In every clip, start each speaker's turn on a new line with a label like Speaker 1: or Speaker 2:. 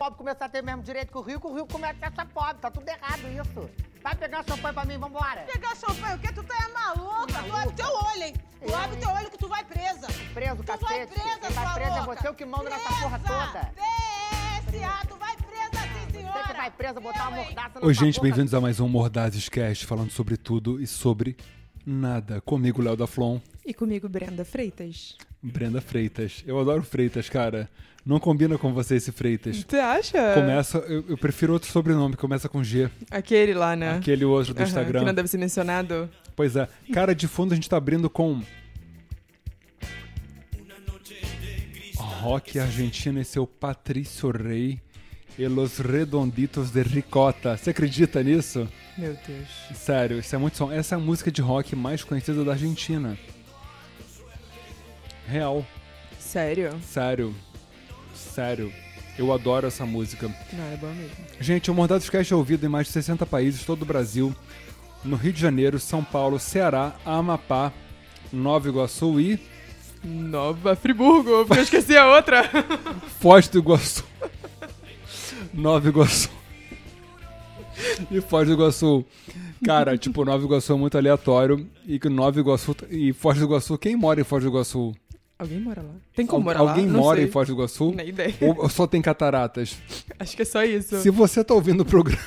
Speaker 1: pobre começar a ter o mesmo direito que o rico, o rico começa a ser pobre. Tá tudo errado isso. Vai pegar champanhe pra mim, vambora.
Speaker 2: Pegar champanhe, o quê? Tu tá é maluca? Tu abre teu olho, hein? Tu abre teu olho que tu vai presa.
Speaker 1: Preso,
Speaker 2: tu vai
Speaker 1: cacete.
Speaker 2: presa,
Speaker 1: Quem
Speaker 2: sua
Speaker 1: vai preso é
Speaker 2: louca.
Speaker 1: você, o que manda nessa porra toda.
Speaker 2: PSA, tu vai presa sim, senhora.
Speaker 1: Você que vai preso, botar uma
Speaker 2: Eu, hein?
Speaker 3: Tá
Speaker 1: mordaça na
Speaker 4: Oi,
Speaker 1: sua
Speaker 4: gente,
Speaker 1: boca.
Speaker 4: bem-vindos a mais um Mordazes Cast, falando sobre tudo e sobre nada. Comigo, Léo da Flon,
Speaker 3: E comigo, Brenda Freitas.
Speaker 4: Brenda Freitas. Eu adoro Freitas, cara. Não combina com você esse Freitas.
Speaker 3: Você acha?
Speaker 4: Começa, eu, eu prefiro outro sobrenome, começa com G,
Speaker 3: Aquele lá, né?
Speaker 4: aquele outro do
Speaker 3: Aham, Que não
Speaker 4: Instagram.
Speaker 3: deve ser mencionado.
Speaker 4: Pois é, cara, de fundo a gente tá abrindo com. Rock argentino e seu Patrício Rey e Los Redonditos de Ricota. Você acredita nisso?
Speaker 3: Meu Deus.
Speaker 4: Sério, isso é muito som. Essa é a música de rock mais conhecida da Argentina. Real,
Speaker 3: Sério?
Speaker 4: sério, sério. Eu adoro essa música.
Speaker 3: Não, é bom mesmo.
Speaker 4: Gente, o Mordados Cast é ouvido em mais de 60 países, todo o Brasil, no Rio de Janeiro, São Paulo, Ceará, Amapá, Nova Iguaçu e
Speaker 3: Nova Friburgo, porque eu esqueci a outra.
Speaker 4: Foz do Iguaçu. Nova Iguaçu. E Foz do Iguaçu. Cara, tipo, Nova Iguaçu é muito aleatório. E que Nova Iguaçu e Foz do Iguaçu, quem mora em Foz do Iguaçu?
Speaker 3: Alguém mora lá? Tem como
Speaker 4: Al-
Speaker 3: morar lá?
Speaker 4: Alguém
Speaker 3: Não
Speaker 4: mora
Speaker 3: sei.
Speaker 4: em Foz do Iguaçu?
Speaker 3: Nem ideia.
Speaker 4: Ou só tem cataratas?
Speaker 3: Acho que é só isso.
Speaker 4: Se você tá ouvindo o programa,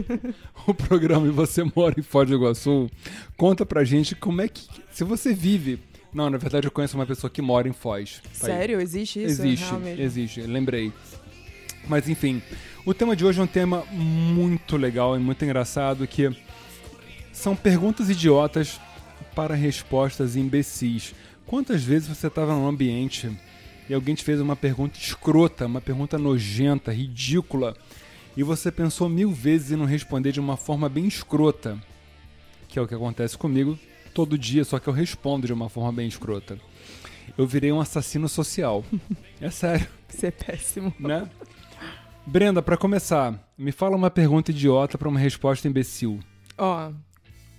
Speaker 4: o programa e você mora em Foz do Iguaçu, conta pra gente como é que. Se você vive. Não, na verdade eu conheço uma pessoa que mora em Foz. Tá aí.
Speaker 3: Sério? Existe isso? É
Speaker 4: Existe,
Speaker 3: real mesmo.
Speaker 4: existe, lembrei. Mas enfim, o tema de hoje é um tema muito legal e muito engraçado que são perguntas idiotas para respostas imbecis. Quantas vezes você estava num ambiente e alguém te fez uma pergunta escrota, uma pergunta nojenta, ridícula, e você pensou mil vezes em não responder de uma forma bem escrota, que é o que acontece comigo todo dia, só que eu respondo de uma forma bem escrota. Eu virei um assassino social. É sério,
Speaker 3: Isso é péssimo.
Speaker 4: né? Brenda, pra começar, me fala uma pergunta idiota pra uma resposta imbecil.
Speaker 3: Ó,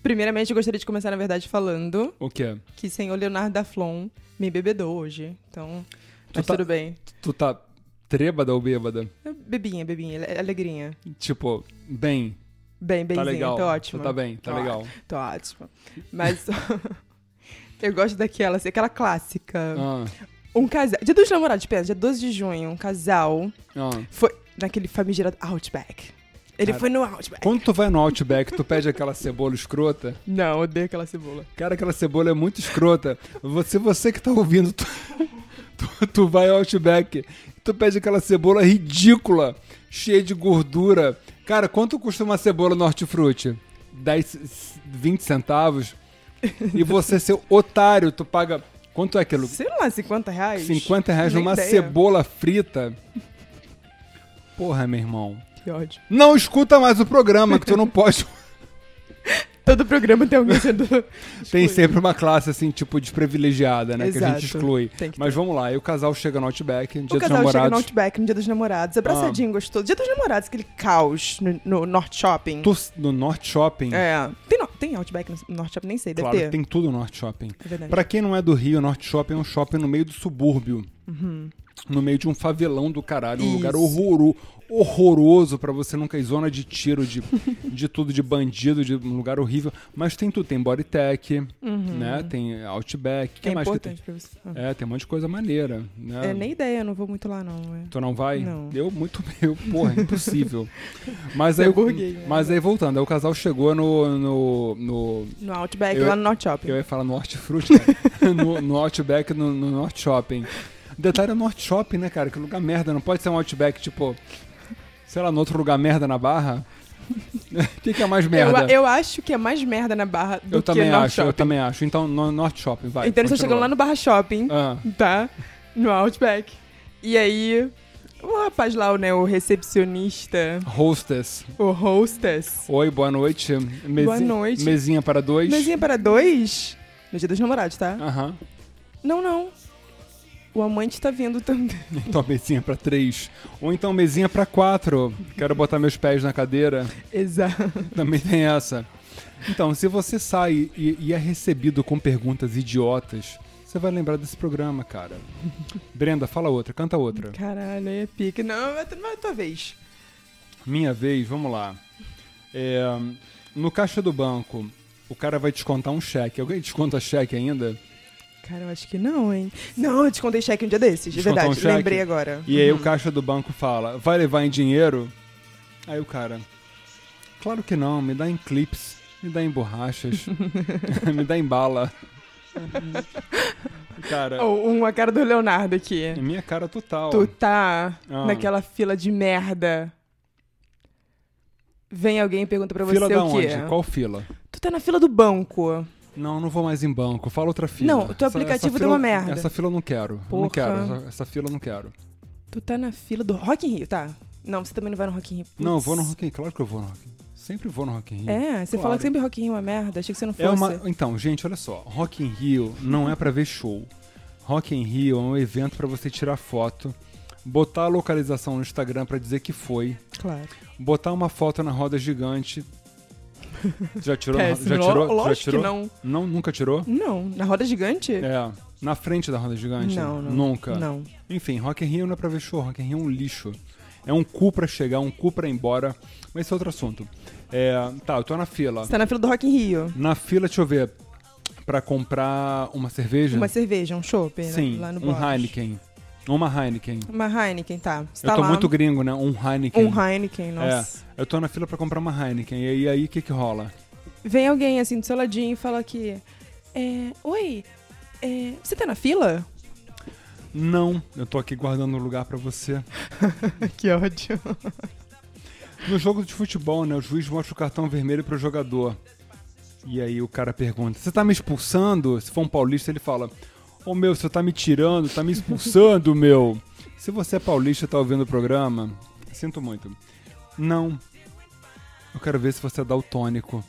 Speaker 3: primeiramente eu gostaria de começar, na verdade, falando
Speaker 4: O que?
Speaker 3: que o senhor Leonardo da Flon me bebedou hoje. Então,
Speaker 4: Tu
Speaker 3: mas
Speaker 4: tá-
Speaker 3: tudo bem.
Speaker 4: Tu tá trêbada ou bêbada?
Speaker 3: Bebinha, bebinha, ale- alegrinha.
Speaker 4: Tipo, bem, tá
Speaker 3: Bem, bemzinha,
Speaker 4: legal.
Speaker 3: tô ótima.
Speaker 4: Tu tá bem, tá
Speaker 3: Tô
Speaker 4: legal.
Speaker 3: Tô ótima. Mas eu gosto daquela, assim, aquela clássica.
Speaker 4: Ah,
Speaker 3: Um casal. Dia dos namorados, pensa, dia 12 de junho, um casal
Speaker 4: ah.
Speaker 3: foi naquele famigerado Outback. Ele
Speaker 4: Cara.
Speaker 3: foi no Outback.
Speaker 4: Quando tu vai no Outback, tu pede aquela cebola escrota.
Speaker 3: Não, odeio aquela cebola.
Speaker 4: Cara, aquela cebola é muito escrota. Você, você que tá ouvindo, tu, tu, tu vai ao Outback, tu pede aquela cebola ridícula, cheia de gordura. Cara, quanto custa uma cebola no hortifruti? 10, 20 centavos? E você, seu otário, tu paga... Quanto é aquilo?
Speaker 3: Sei lá, 50 reais?
Speaker 4: 50 reais
Speaker 3: Nem
Speaker 4: numa
Speaker 3: ideia.
Speaker 4: cebola frita? Porra, meu irmão.
Speaker 3: Que ódio.
Speaker 4: Não escuta mais o programa, que tu não pode...
Speaker 3: Todo programa tem alguém sendo. Tipo
Speaker 4: Tem
Speaker 3: excluído.
Speaker 4: sempre uma classe, assim, tipo, desprivilegiada, né? Que a gente
Speaker 3: Exato.
Speaker 4: exclui.
Speaker 3: Tem que
Speaker 4: Mas vamos lá, e o casal chega no Outback, dia
Speaker 3: O
Speaker 4: dos
Speaker 3: casal chega no
Speaker 4: namorados. Ah.
Speaker 3: Outback no dia dos namorados, abraçadinho, gostoso. Dia dos namorados, aquele caos no, no North Shopping.
Speaker 4: Tu, no Norte Shopping,
Speaker 3: É. Tem, no- tem Outback no North Shopping? Nem sei, deve
Speaker 4: claro, que
Speaker 3: ter.
Speaker 4: tem tudo no Norte Shopping.
Speaker 3: É verdade.
Speaker 4: Pra quem não é do Rio, o Norte Shopping é um shopping no meio do subúrbio. No meio de um favelão do caralho, um
Speaker 3: Uhum. Isso.
Speaker 4: lugar horroroso, horroroso pra você nunca ir. Zona de tiro, de, de tudo, de bandido, de um lugar horrível. Mas tem tudo, tem Bodytech, né? Tem Outback, que
Speaker 3: Uhum. é
Speaker 4: mais que tem?
Speaker 3: importante pra você. Ah.
Speaker 4: É, tem um monte de coisa maneira, né?
Speaker 3: É, nem ideia, eu não vou muito lá, não. é.
Speaker 4: Tu não vai?
Speaker 3: Não.
Speaker 4: Eu muito meu, porra, impossível. Mas
Speaker 3: Você
Speaker 4: aí,
Speaker 3: é burguês, né?
Speaker 4: mas aí voltando, aí o casal chegou no no, no
Speaker 3: No Outback,
Speaker 4: Eu-
Speaker 3: lá no North Shopping.
Speaker 4: eu ia falar no Hortifruti, né? no, no Outback, no, no North Shopping. O detalhe é o North Shopping, né, cara? Que lugar merda, não pode ser um Outback, tipo, sei lá, no outro lugar merda na Barra. O que, que é mais merda?
Speaker 3: Eu, eu acho que é mais merda na Barra do
Speaker 4: Eu
Speaker 3: que
Speaker 4: também
Speaker 3: no
Speaker 4: acho, eu
Speaker 3: Shopping.
Speaker 4: também acho. Então, no North Shopping, vai.
Speaker 3: então eles estão
Speaker 4: continua.
Speaker 3: chegando lá no Barra Shopping,
Speaker 4: Ah,
Speaker 3: tá? No Outback. E aí, o rapaz lá, né, o recepcionista,
Speaker 4: Ah, hostess.
Speaker 3: o hostess.
Speaker 4: Oi, boa noite. Mesi-
Speaker 3: Boa noite.
Speaker 4: Mesinha para dois.
Speaker 3: Mesinha para dois? No dia dos namorados, tá?
Speaker 4: Aham.
Speaker 3: Não, não. O amante tá vindo também.
Speaker 4: Então mesinha pra três. Ou então mesinha pra quatro. Quero botar meus pés na cadeira.
Speaker 3: Exato.
Speaker 4: Também tem essa. Então, se você sai e, e é recebido com perguntas idiotas, Você vai lembrar desse programa, cara. Brenda, fala outra, canta outra.
Speaker 3: Caralho, aí é pique. Não, é tu- não é tua vez.
Speaker 4: Minha vez, vamos lá. É, no caixa do banco, o cara vai descontar um cheque. Alguém desconta cheque ainda?
Speaker 3: Cara, eu acho que não, hein? Não, eu descontei cheque um dia desses, de
Speaker 4: Descontar
Speaker 3: verdade.
Speaker 4: um cheque?
Speaker 3: Lembrei agora.
Speaker 4: E aí o caixa do banco fala, vai levar em dinheiro? Aí o cara, claro que não, me dá em clips, me dá em borrachas, me dá em bala. cara,
Speaker 3: Ou uma um, cara do Leonardo aqui.
Speaker 4: é minha cara total.
Speaker 3: Oh. Tu tá
Speaker 4: Ah.
Speaker 3: naquela fila de merda. Vem alguém e pergunta pra
Speaker 4: Fila
Speaker 3: você
Speaker 4: da
Speaker 3: o quê?
Speaker 4: onde? Qual fila?
Speaker 3: Tu tá na fila do banco.
Speaker 4: Não, não vou mais em banco. Fala outra fila.
Speaker 3: Não, o teu aplicativo deu
Speaker 4: fila-
Speaker 3: uma merda.
Speaker 4: Essa fila eu não quero. Eu Não
Speaker 3: Porra.
Speaker 4: quero. Essa, essa fila eu não quero.
Speaker 3: Tu tá na fila do Rock in Rio, tá? Não, você também não vai no Rock in Rio. Putz.
Speaker 4: Não, eu vou no Rock in Rio. Claro que eu vou no Rock in Rio. Sempre vou no Rock in Rio.
Speaker 3: É, você fala
Speaker 4: Claro.
Speaker 3: que sempre Rock in Rio é uma merda. Achei que você não fosse.
Speaker 4: É uma... Então, gente, olha só. Rock in Rio não é pra ver show. Rock in Rio é um evento pra você tirar foto, botar a localização no Instagram pra dizer que foi,
Speaker 3: Claro.
Speaker 4: botar uma foto na roda gigante. Já tirou? na-
Speaker 3: Péssimo.
Speaker 4: já tirou?
Speaker 3: Lógico
Speaker 4: já tirou?
Speaker 3: que não.
Speaker 4: nunca tirou?
Speaker 3: Não, na roda gigante?
Speaker 4: É. Na frente da roda gigante?
Speaker 3: Não, não.
Speaker 4: Nunca.
Speaker 3: Não.
Speaker 4: Enfim, Rock in Rio não é pra ver show, Rock in Rio é um lixo. É um cu pra chegar, um cu pra ir embora. Mas esse é outro assunto. É, tá, eu tô na fila.
Speaker 3: Você tá na fila do Rock in Rio.
Speaker 4: Na fila, deixa eu ver, pra comprar uma cerveja?
Speaker 3: Uma cerveja, um chopp, né?
Speaker 4: Sim,
Speaker 3: lá no
Speaker 4: um
Speaker 3: box.
Speaker 4: Heineken. Uma Heineken.
Speaker 3: Uma Heineken, tá. Você
Speaker 4: eu
Speaker 3: tá
Speaker 4: tô
Speaker 3: lá.
Speaker 4: muito gringo, né? Um Heineken.
Speaker 3: Um Heineken, nossa.
Speaker 4: É, eu tô na fila pra comprar uma Heineken. E aí, aí o que que rola?
Speaker 3: Vem alguém assim do seu ladinho e fala que. É, Oi, é, você tá na fila?
Speaker 4: Não, eu tô aqui guardando um lugar pra você.
Speaker 3: que ódio.
Speaker 4: No jogo de futebol, né? O juiz mostra o cartão vermelho pro jogador. E aí o cara pergunta: Você tá me expulsando? Se for um paulista, ele fala: Ô meu, você tá me tirando, tá me expulsando, meu. Se você é paulista e tá ouvindo o programa, sinto muito. Não. Eu quero ver se você é daltônico.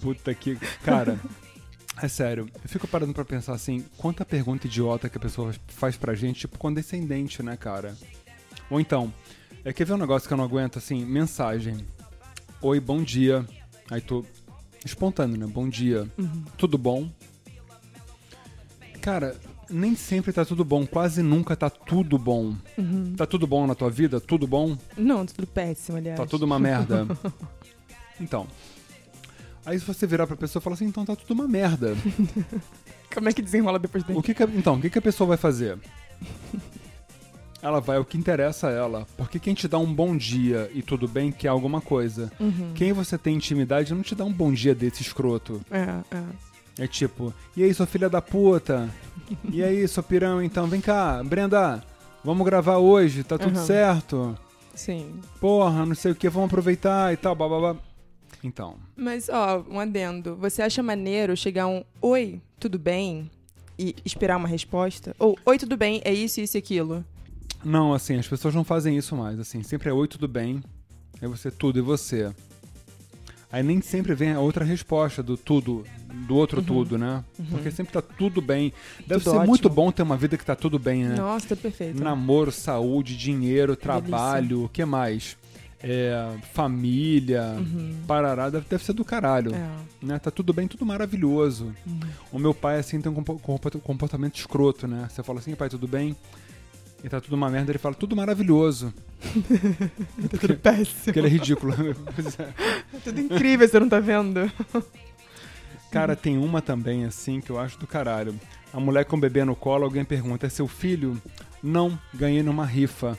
Speaker 4: Puta que. Cara, é sério. Eu fico parando pra pensar assim: quanta pergunta idiota que a pessoa faz pra gente, tipo, condescendente, né, cara? Ou então, é, quer ver um negócio que eu não aguento? Assim, mensagem. Oi, bom dia. Aí tu. Espontâneo, né? Bom dia. Tudo bom? Cara, nem sempre tá tudo bom. Quase nunca tá tudo bom. Tá tudo bom na tua vida? Tudo bom?
Speaker 3: Não, tudo péssimo, aliás.
Speaker 4: Tá tudo uma merda. Então. Aí se você virar pra pessoa e falar assim, então tá tudo uma merda.
Speaker 3: Como é que desenrola depois daí?
Speaker 4: O que que a- então, o que, que a pessoa vai fazer? Ela vai ao que interessa a ela. Porque quem te dá um bom dia e tudo bem quer alguma coisa. Quem você tem intimidade não te dá um bom dia desse escroto.
Speaker 3: É, é.
Speaker 4: É tipo, e aí, sua filha da puta? E aí, sua pirão, então? Vem cá, Brenda, vamos gravar hoje, tá tudo
Speaker 3: Aham.
Speaker 4: certo?
Speaker 3: Sim.
Speaker 4: Porra, não sei o que, vamos aproveitar e tal, bababá. Então,
Speaker 3: Mas, ó, um adendo. Você acha maneiro chegar um oi, tudo bem? E esperar uma resposta? Ou oi, tudo bem, é isso, isso e aquilo?
Speaker 4: Não, assim, as pessoas não fazem isso mais, assim, sempre é oi, tudo bem, é você, tudo, e você. Aí nem sempre vem a outra resposta do tudo, do outro tudo, né? Porque sempre tá tudo bem. Deve
Speaker 3: Uhum. Tudo
Speaker 4: ser muito
Speaker 3: ótimo.
Speaker 4: bom ter uma vida que tá tudo bem, né?
Speaker 3: Nossa, tá perfeito.
Speaker 4: Namoro, saúde, dinheiro, trabalho, o que mais? É, família,
Speaker 3: Uhum.
Speaker 4: parará, deve, deve ser do caralho.
Speaker 3: É.
Speaker 4: Né? Tá tudo bem, tudo maravilhoso.
Speaker 3: Uhum.
Speaker 4: O meu pai, assim, tem um compo- compo- comportamento escroto, né? Você fala assim, pai, tudo bem? E tá tudo uma merda, ele fala, tudo maravilhoso.
Speaker 3: Tá tudo péssimo.
Speaker 4: Porque ele é ridículo. Pois é.
Speaker 3: Tudo incrível, você não tá vendo?
Speaker 4: Cara, tem uma também, assim, que eu acho do caralho. A mulher com o bebê no colo, alguém pergunta, é seu filho? Não, ganhei numa rifa,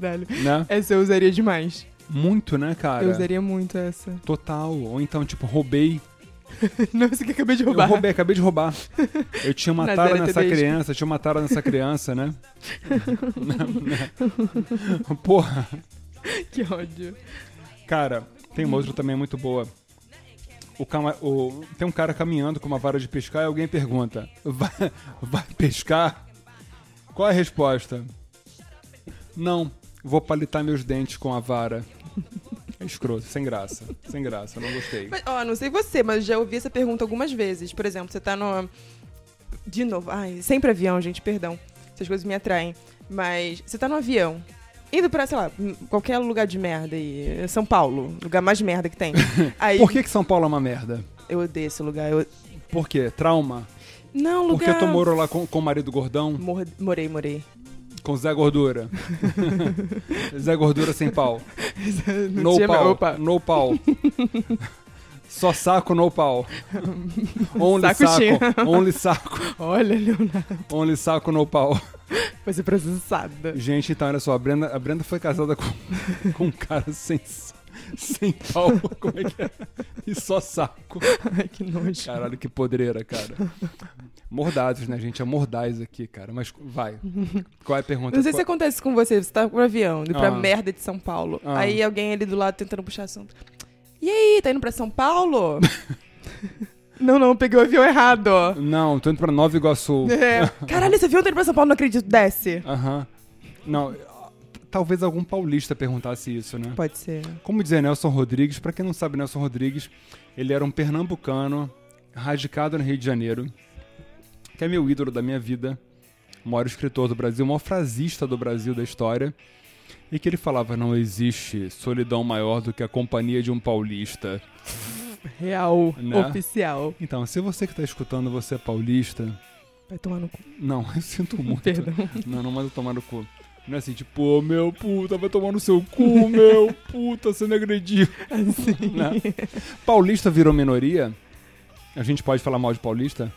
Speaker 3: Caralho.
Speaker 4: né?
Speaker 3: Essa eu usaria demais.
Speaker 4: Muito, né, cara?
Speaker 3: Eu usaria muito essa.
Speaker 4: Total. Ou então, tipo, roubei.
Speaker 3: Não, isso que eu acabei de
Speaker 4: Eu
Speaker 3: roubar.
Speaker 4: roubei, acabei de roubar. Eu tinha uma
Speaker 3: Nazaré
Speaker 4: tara nessa
Speaker 3: Tedesco.
Speaker 4: criança, tinha uma tara nessa criança, né? Porra.
Speaker 3: Que ódio.
Speaker 4: Cara, tem uma outra também muito boa. O cama- o- tem um cara caminhando com uma vara de pescar e alguém pergunta: Vai, vai pescar? Qual é a resposta? Não, vou palitar meus dentes com a vara. É escroto, sem graça. Sem graça, não gostei.
Speaker 3: Mas, ó, não sei você, mas já ouvi essa pergunta algumas vezes. Por exemplo, você tá no. De novo, ai, sempre avião, gente, perdão. Essas coisas me atraem. Mas você tá no avião. Indo pra, sei lá, m- qualquer lugar de merda aí. São Paulo, lugar mais merda que tem. Aí,
Speaker 4: Por que, que São Paulo é uma merda?
Speaker 3: Eu odeio esse lugar. Eu...
Speaker 4: Por quê? Trauma?
Speaker 3: Não, lugar...
Speaker 4: Porque tu morou lá com, com o marido gordão?
Speaker 3: Mor- Morei, morei.
Speaker 4: Com Zé Gordura. Zé Gordura sem pau.
Speaker 3: Não
Speaker 4: No
Speaker 3: tinha-
Speaker 4: pau.
Speaker 3: Opa,
Speaker 4: No pau. Só saco no pau. Only
Speaker 3: Saco cheio.
Speaker 4: saco. Only saco.
Speaker 3: olha, Leonardo,
Speaker 4: Only saco no pau.
Speaker 3: vai ser processada.
Speaker 4: Gente, então olha só, a Brenda, a Brenda foi casada com, com um cara sem, sem pau, como é que é? E só saco.
Speaker 3: Ai, que nojo.
Speaker 4: Caralho, que podreira, cara. Mordados, né, gente? É mordaz aqui, cara. Mas vai. Qual é a pergunta?
Speaker 3: Não sei se
Speaker 4: Qual-
Speaker 3: acontece com você, você tá pro avião, indo pra
Speaker 4: Ah.
Speaker 3: merda de São Paulo.
Speaker 4: Ah.
Speaker 3: Aí alguém ali do lado tentando puxar assunto. E aí, tá indo pra São Paulo? não, não, peguei o avião errado. ó.
Speaker 4: Não, tô indo pra Nova Iguaçu.
Speaker 3: É. Caralho, esse avião tá indo pra São Paulo, não acredito. Desce.
Speaker 4: Aham. Não, talvez algum paulista perguntasse isso, né?
Speaker 3: Pode ser.
Speaker 4: Como dizer Nelson Rodrigues, pra quem não sabe, Nelson Rodrigues, ele era um pernambucano, radicado no Rio de Janeiro, que é meu ídolo da minha vida, o maior escritor do Brasil, o maior frasista do Brasil da história, e que ele falava: não existe solidão maior do que a companhia de um paulista.
Speaker 3: Real,
Speaker 4: Né?
Speaker 3: oficial.
Speaker 4: Então, se você que tá escutando, você é paulista,
Speaker 3: Vai tomar no cu.
Speaker 4: não, eu sinto muito.
Speaker 3: Perdão.
Speaker 4: Não, não manda tomar no cu. Não é assim, tipo, ô meu puta, vai tomar no seu cu, meu puta, você me agrediu.
Speaker 3: Assim.
Speaker 4: Né? Paulista virou minoria? A gente pode falar mal de paulista?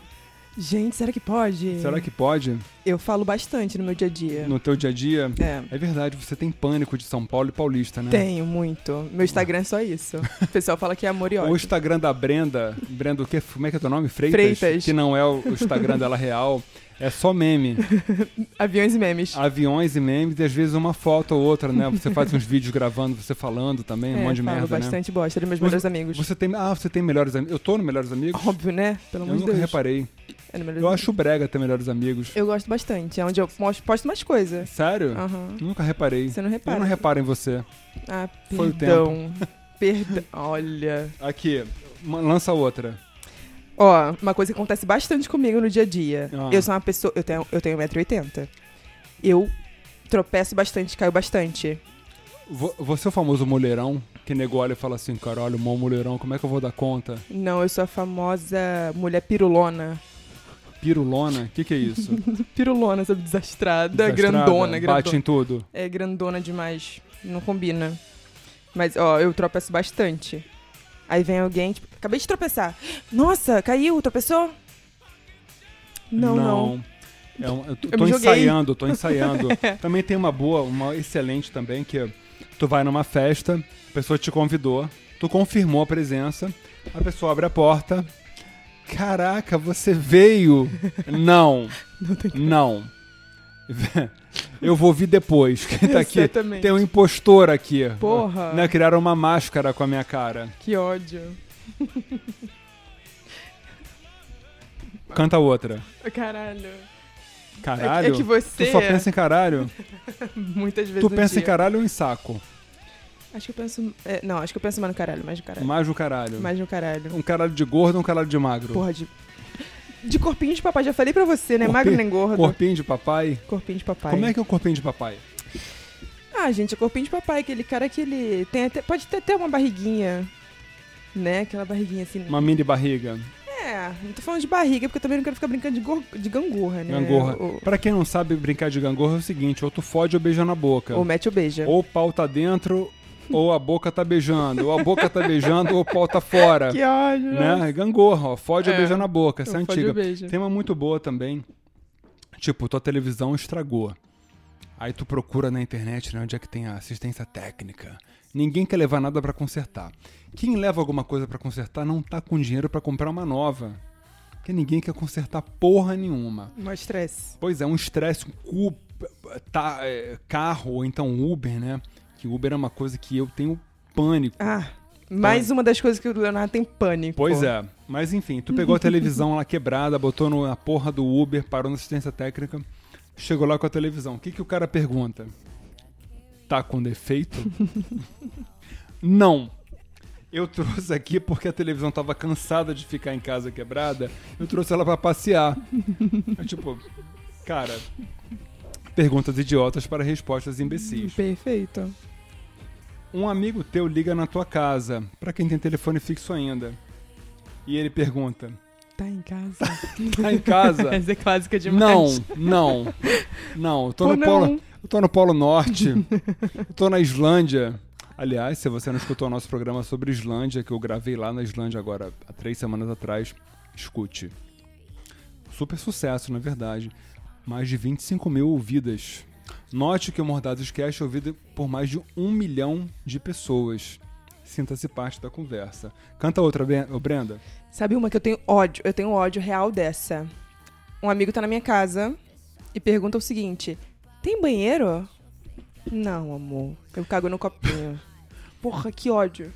Speaker 3: Gente, será que pode?
Speaker 4: Será que pode?
Speaker 3: Eu falo bastante no meu dia a dia.
Speaker 4: No teu dia a dia?
Speaker 3: É.
Speaker 4: É verdade, você tem pânico de São Paulo e paulista, né?
Speaker 3: Tenho muito. Meu Instagram é só isso. O pessoal fala que é amor e
Speaker 4: O
Speaker 3: ódio.
Speaker 4: Instagram da Brenda, Brenda o quê? Como é que é teu nome? Freitas?
Speaker 3: Freitas.
Speaker 4: Que não é o o Instagram dela real, é só meme.
Speaker 3: Aviões e
Speaker 4: Ah,
Speaker 3: memes.
Speaker 4: Aviões e memes e às vezes uma foto ou outra, né? Você faz uns vídeos gravando, você falando também, um
Speaker 3: É,
Speaker 4: monte de
Speaker 3: falo
Speaker 4: merda, né?
Speaker 3: bastante bosta dos meus melhores amigos.
Speaker 4: Você tem. Ah, você tem melhores amigos. Eu tô no Melhores Amigos?
Speaker 3: Óbvio, né? Pelo
Speaker 4: eu
Speaker 3: amor de
Speaker 4: nunca
Speaker 3: Deus.
Speaker 4: reparei.
Speaker 3: É no Melhores
Speaker 4: Eu
Speaker 3: Amigos.
Speaker 4: acho brega ter melhores amigos.
Speaker 3: Eu gosto bastante. É onde eu mostro- posto mais coisa.
Speaker 4: Sério?
Speaker 3: Aham.
Speaker 4: Nunca reparei.
Speaker 3: Ah. Você não repara.
Speaker 4: Eu não reparo em você.
Speaker 3: Ah,
Speaker 4: Foi o
Speaker 3: perdão. Perdão. Olha.
Speaker 4: Aqui, ma- lança outra.
Speaker 3: Ó, uma coisa que acontece bastante comigo no dia a dia.
Speaker 4: Ah.
Speaker 3: Eu sou uma pessoa. Eu tenho, eu tenho 1,80m. Eu tropeço bastante, caio bastante.
Speaker 4: Vo- Você é o famoso mulherão que negou olha e fala assim: caralho, mó mulherão, como é que eu vou dar conta?
Speaker 3: Não, eu sou a famosa mulher pirulona.
Speaker 4: Pirulona? O que, que é isso?
Speaker 3: Pirulona, sabe? Desastrada,
Speaker 4: Desastrada?
Speaker 3: grandona, grandona.
Speaker 4: Bate em tudo.
Speaker 3: É grandona demais. Não combina. Mas, ó, eu tropeço bastante. Aí vem alguém, tipo, acabei de tropeçar. Nossa, caiu, tropeçou? Não, não.
Speaker 4: É um- eu tô,
Speaker 3: Eu
Speaker 4: tô
Speaker 3: me joguei. É.
Speaker 4: ensaiando, tô ensaiando. Também tem uma boa, uma excelente também, que é, tu vai numa festa, a pessoa te convidou, tu confirmou a presença, a pessoa abre a porta. Caraca, você veio! Não, não. Eu vou vir depois. Quem tá aqui?
Speaker 3: Exatamente.
Speaker 4: Tem um impostor aqui.
Speaker 3: Porra.
Speaker 4: Né, criaram uma máscara com a minha cara.
Speaker 3: Que ódio.
Speaker 4: Canta outra.
Speaker 3: Caralho. É-
Speaker 4: Caralho?
Speaker 3: É, que você
Speaker 4: Tu só pensa em caralho?
Speaker 3: muitas vezes
Speaker 4: Tu
Speaker 3: no
Speaker 4: pensa em
Speaker 3: dia.
Speaker 4: caralho ou em saco?
Speaker 3: Acho que eu penso... é, não, acho que eu penso mais no caralho, mais no caralho.
Speaker 4: Mais o caralho.
Speaker 3: Mais no caralho.
Speaker 4: Um caralho de gordo ou um caralho de magro?
Speaker 3: Porra de... De corpinho de papai, já falei pra você, né?
Speaker 4: Corpi-
Speaker 3: Magro nem gordo.
Speaker 4: Corpinho de papai?
Speaker 3: Corpinho de papai.
Speaker 4: Como é que é o corpinho de papai?
Speaker 3: Ah, gente, é corpinho de papai, aquele cara que ele tem até, pode ter até uma barriguinha, né? Aquela barriguinha assim.
Speaker 4: Uma mini barriga,
Speaker 3: É, não tô falando de barriga, porque eu também não quero ficar brincando de, gor- de gangorra, né?
Speaker 4: gangorra.
Speaker 3: Ou,
Speaker 4: Pra quem não sabe, brincar de gangorra é o seguinte, ou tu fode ou beija na boca.
Speaker 3: ou mete ou beija.
Speaker 4: Ou o pau tá dentro, ou a boca tá beijando. Ou a boca tá beijando, ou o pau tá fora.
Speaker 3: Que ódio.
Speaker 4: Né? É Gangorra, ó. Fode ou
Speaker 3: É.
Speaker 4: beija na boca. Essa é
Speaker 3: Ou fode ou
Speaker 4: antiga.
Speaker 3: beija.
Speaker 4: Tem uma muito boa também. Tipo, tua televisão estragou. Aí tu procura na internet né, onde é que tem a assistência técnica. Ninguém quer levar nada pra consertar. Quem leva alguma coisa pra consertar não tá com dinheiro pra comprar uma nova. Porque ninguém quer consertar porra nenhuma.
Speaker 3: Mó estresse.
Speaker 4: Pois é, um estresse, um cu, tá, é, carro ou então Uber, né? Que Uber é uma coisa que eu tenho pânico.
Speaker 3: Ah, mais uma das coisas que o Leonardo tem pânico.
Speaker 4: Tá. Pois é. Mas enfim, tu pegou a televisão lá quebrada, botou no- na porra do Uber, parou na assistência técnica, chegou lá com a televisão. O que, que o cara pergunta? Tá com defeito? Não. Eu trouxe aqui porque a televisão tava cansada de ficar em casa quebrada. Eu trouxe ela pra passear. É tipo, cara, Perguntas idiotas para respostas imbecis.
Speaker 3: Perfeito.
Speaker 4: Um amigo teu liga na tua casa, pra quem tem telefone fixo ainda. E ele pergunta:
Speaker 3: Tá em casa.
Speaker 4: Tá em casa?
Speaker 3: Essa é clássica demais.
Speaker 4: Não, não, não. Eu tô,
Speaker 3: Pô,
Speaker 4: no Polo,
Speaker 3: não.
Speaker 4: eu tô no Polo Norte, eu tô na Islândia. Aliás, se você não escutou o nosso programa sobre Islândia, que eu gravei lá na Islândia agora, há três semanas atrás, escute. Super sucesso, na verdade. Mais de 25 mil ouvidas. Note que o Mordados Cast é ouvido por mais de um milhão de pessoas. Sinta-se parte da conversa. Canta outra, Ben- ô, Brenda.
Speaker 3: Sabe uma que eu tenho ódio? Eu tenho ódio real dessa. Um amigo tá na minha casa e pergunta o seguinte: Tem banheiro? Não, amor. Eu cago no copinho. Porra, que ódio.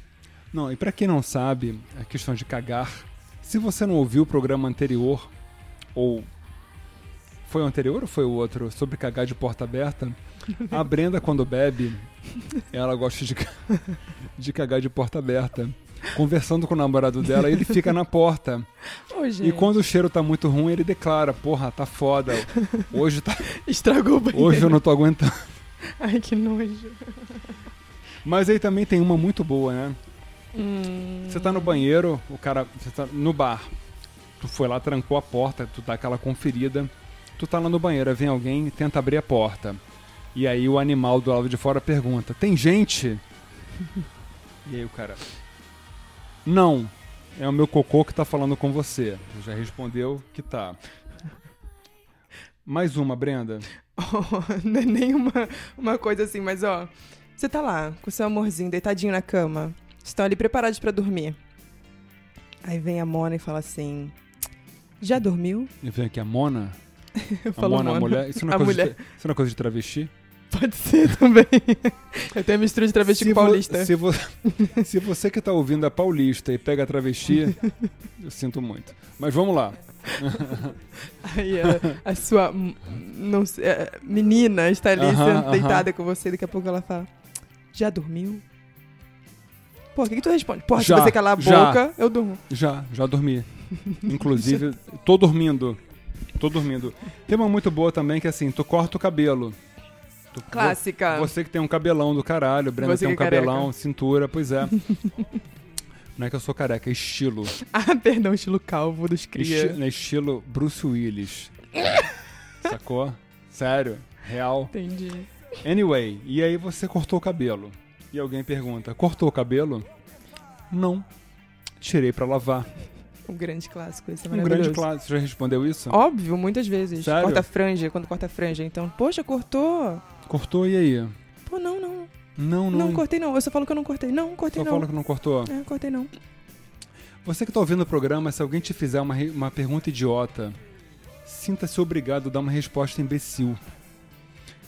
Speaker 4: Não, e pra quem não sabe, a questão de cagar. Se você não ouviu o programa anterior, ou. Foi o anterior ou foi o outro? Sobre cagar de porta aberta. A Brenda, quando bebe, ela gosta de, ca- de cagar de porta aberta. Conversando com o namorado dela, ele fica na porta.
Speaker 3: Ô,
Speaker 4: E quando o cheiro tá muito ruim, ele declara: Porra, tá foda. Hoje, tá...
Speaker 3: Estragou o banheiro.
Speaker 4: Hoje eu não tô aguentando.
Speaker 3: Ai, que nojo.
Speaker 4: Mas aí também tem uma muito boa, né?
Speaker 3: Hum.
Speaker 4: Você tá no banheiro, o cara. Você tá no bar. Tu foi lá, trancou a porta, tu dá aquela conferida. Tu tá lá no banheiro, aí vem alguém e tenta abrir a porta. E aí o animal do lado de fora pergunta: Tem gente? e aí o cara. Não, é o meu cocô que tá falando com você. Já respondeu que tá. Mais uma, Brenda.
Speaker 3: Ó, não é nenhuma uma coisa assim, mas ó. Você tá lá, com seu amorzinho deitadinho na cama. Estão ali preparados pra dormir. Aí vem a Mona e fala assim: Já dormiu?
Speaker 4: E vem aqui a Mona.
Speaker 3: Eu
Speaker 4: A Mona, a mulher. Isso não é,
Speaker 3: a
Speaker 4: coisa,
Speaker 3: mulher.
Speaker 4: De, tra- isso não é coisa de travesti?
Speaker 3: Pode ser também. Eu tenho a mistura de travesti
Speaker 4: Se
Speaker 3: com
Speaker 4: vo-
Speaker 3: paulista.
Speaker 4: se, vo- se você que tá ouvindo é paulista e pega travesti, eu sinto muito. Mas vamos lá.
Speaker 3: Aí a, a sua hum, não sei, é, menina está ali
Speaker 4: Aham,
Speaker 3: sendo
Speaker 4: aham.
Speaker 3: deitada com você, daqui a pouco ela fala: Já dormiu? Pô, o que, que tu responde? Porra,
Speaker 4: Já,
Speaker 3: se você calar a
Speaker 4: já.
Speaker 3: boca, eu durmo.
Speaker 4: Já, já dormi. Inclusive, tô dormindo. Tô dormindo. Tem uma muito boa também que é assim, tu corta o cabelo. Tu-
Speaker 3: Clássica.
Speaker 4: Você que tem um cabelão do caralho, Brenda
Speaker 3: Você
Speaker 4: tem um
Speaker 3: que é careca.
Speaker 4: cabelão, cintura, pois é. Não é que eu sou careca, é estilo.
Speaker 3: Ah, perdão, estilo calvo dos cria.
Speaker 4: Esti- né, estilo Bruce Willis. Sacou? Sério? Real?
Speaker 3: Entendi.
Speaker 4: Anyway, e aí você cortou o cabelo. E alguém pergunta: cortou o cabelo? Não. Tirei pra lavar.
Speaker 3: Um grande clássico, esse é
Speaker 4: Um
Speaker 3: maravilhoso.
Speaker 4: grande clássico. Você já respondeu isso?
Speaker 3: Óbvio, muitas vezes.
Speaker 4: Sério?
Speaker 3: Corta a franja, quando corta a franja. Então, poxa, cortou.
Speaker 4: Cortou e aí?
Speaker 3: Pô, não, não.
Speaker 4: Não,
Speaker 3: Não,
Speaker 4: não.
Speaker 3: cortei não. Eu só falo que eu não cortei. Não, cortei
Speaker 4: Só
Speaker 3: não.
Speaker 4: fala que não cortou.
Speaker 3: É, cortei não.
Speaker 4: Você que tá ouvindo o programa, se alguém te fizer uma, re- uma pergunta idiota, sinta-se obrigado a dar uma resposta imbecil.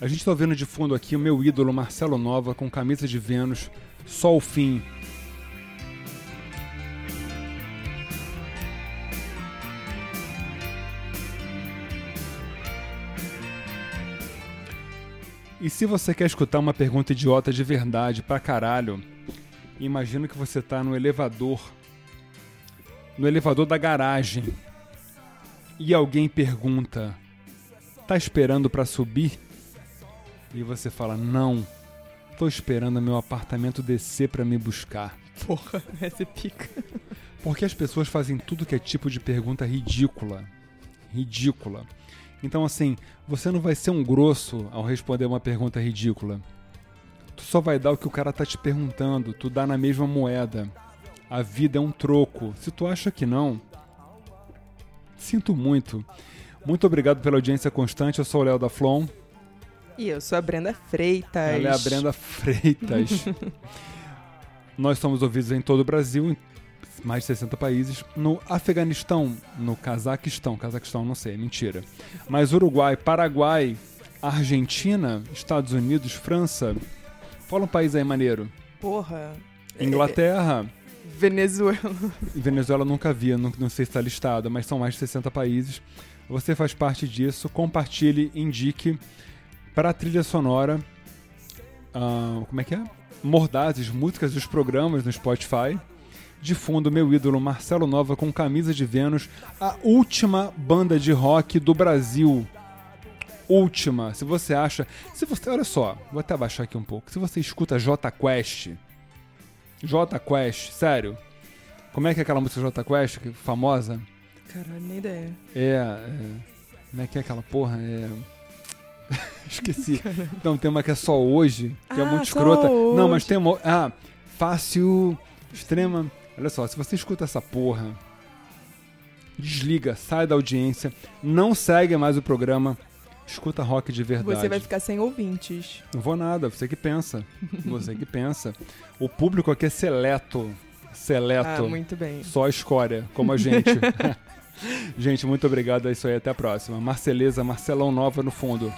Speaker 4: A gente tá ouvindo de fundo aqui o meu ídolo Marcelo Nova com camisa de Vênus, só o fim. E se você quer escutar uma pergunta idiota de verdade pra caralho, imagino que você tá no elevador no elevador da garagem e alguém pergunta: Tá esperando pra subir? E você fala: Não, tô esperando meu apartamento descer pra me buscar.
Speaker 3: Porra, essa é pica.
Speaker 4: Porque as pessoas fazem tudo que é tipo de pergunta ridícula. Ridícula. Então, assim, você não vai ser um grosso ao responder uma pergunta ridícula. Tu só vai dar o que o cara tá te perguntando, tu dá na mesma moeda. A vida é um troco. Se tu acha que não, sinto muito. Muito obrigado pela audiência constante. Eu sou o Léo da Flon.
Speaker 3: E eu sou a Brenda Freitas.
Speaker 4: Ela é a Brenda Freitas. Nós somos ouvidos em todo o Brasil, em mais de 60 países. No Afeganistão, no Cazaquistão, Cazaquistão não sei, é mentira. Mas Uruguai, Paraguai, Argentina, Estados Unidos, França. Fala um país aí maneiro.
Speaker 3: Porra.
Speaker 4: Inglaterra.
Speaker 3: Venezuela.
Speaker 4: Venezuela eu nunca vi, eu não, não sei se está listada, mas são mais de 60 países. Você faz parte disso, compartilhe, indique para a trilha sonora. ah, como é que é? Mordazes, músicas dos programas no Spotify. De fundo, meu ídolo Marcelo Nova com camisa de Vênus, a última banda de rock do Brasil. última, se você acha. Se você. Olha só, vou até abaixar aqui um pouco. Se você escuta J Quest. J Quest, sério. Como é que é aquela música J Quest, que- famosa?
Speaker 3: Caralho, nem ideia.
Speaker 4: É, é. Como é que é aquela porra? É. Esqueci. Não, tem uma que é só hoje, que é
Speaker 3: Ah,
Speaker 4: muito
Speaker 3: Só
Speaker 4: escrota. Não, mas
Speaker 3: Hoje.
Speaker 4: tem uma. Ah, fácil, extrema. Olha só, se você escuta essa porra, desliga, sai da audiência, não segue mais o programa, escuta rock de verdade.
Speaker 3: Você vai ficar sem ouvintes.
Speaker 4: Não vou nada, você que pensa. Você que pensa. O público aqui é seleto. Seleto.
Speaker 3: Ah, muito bem.
Speaker 4: Só escória, como a gente. gente, muito obrigado. É isso aí. Até a próxima. Marceleza, Marcelão Nova no fundo.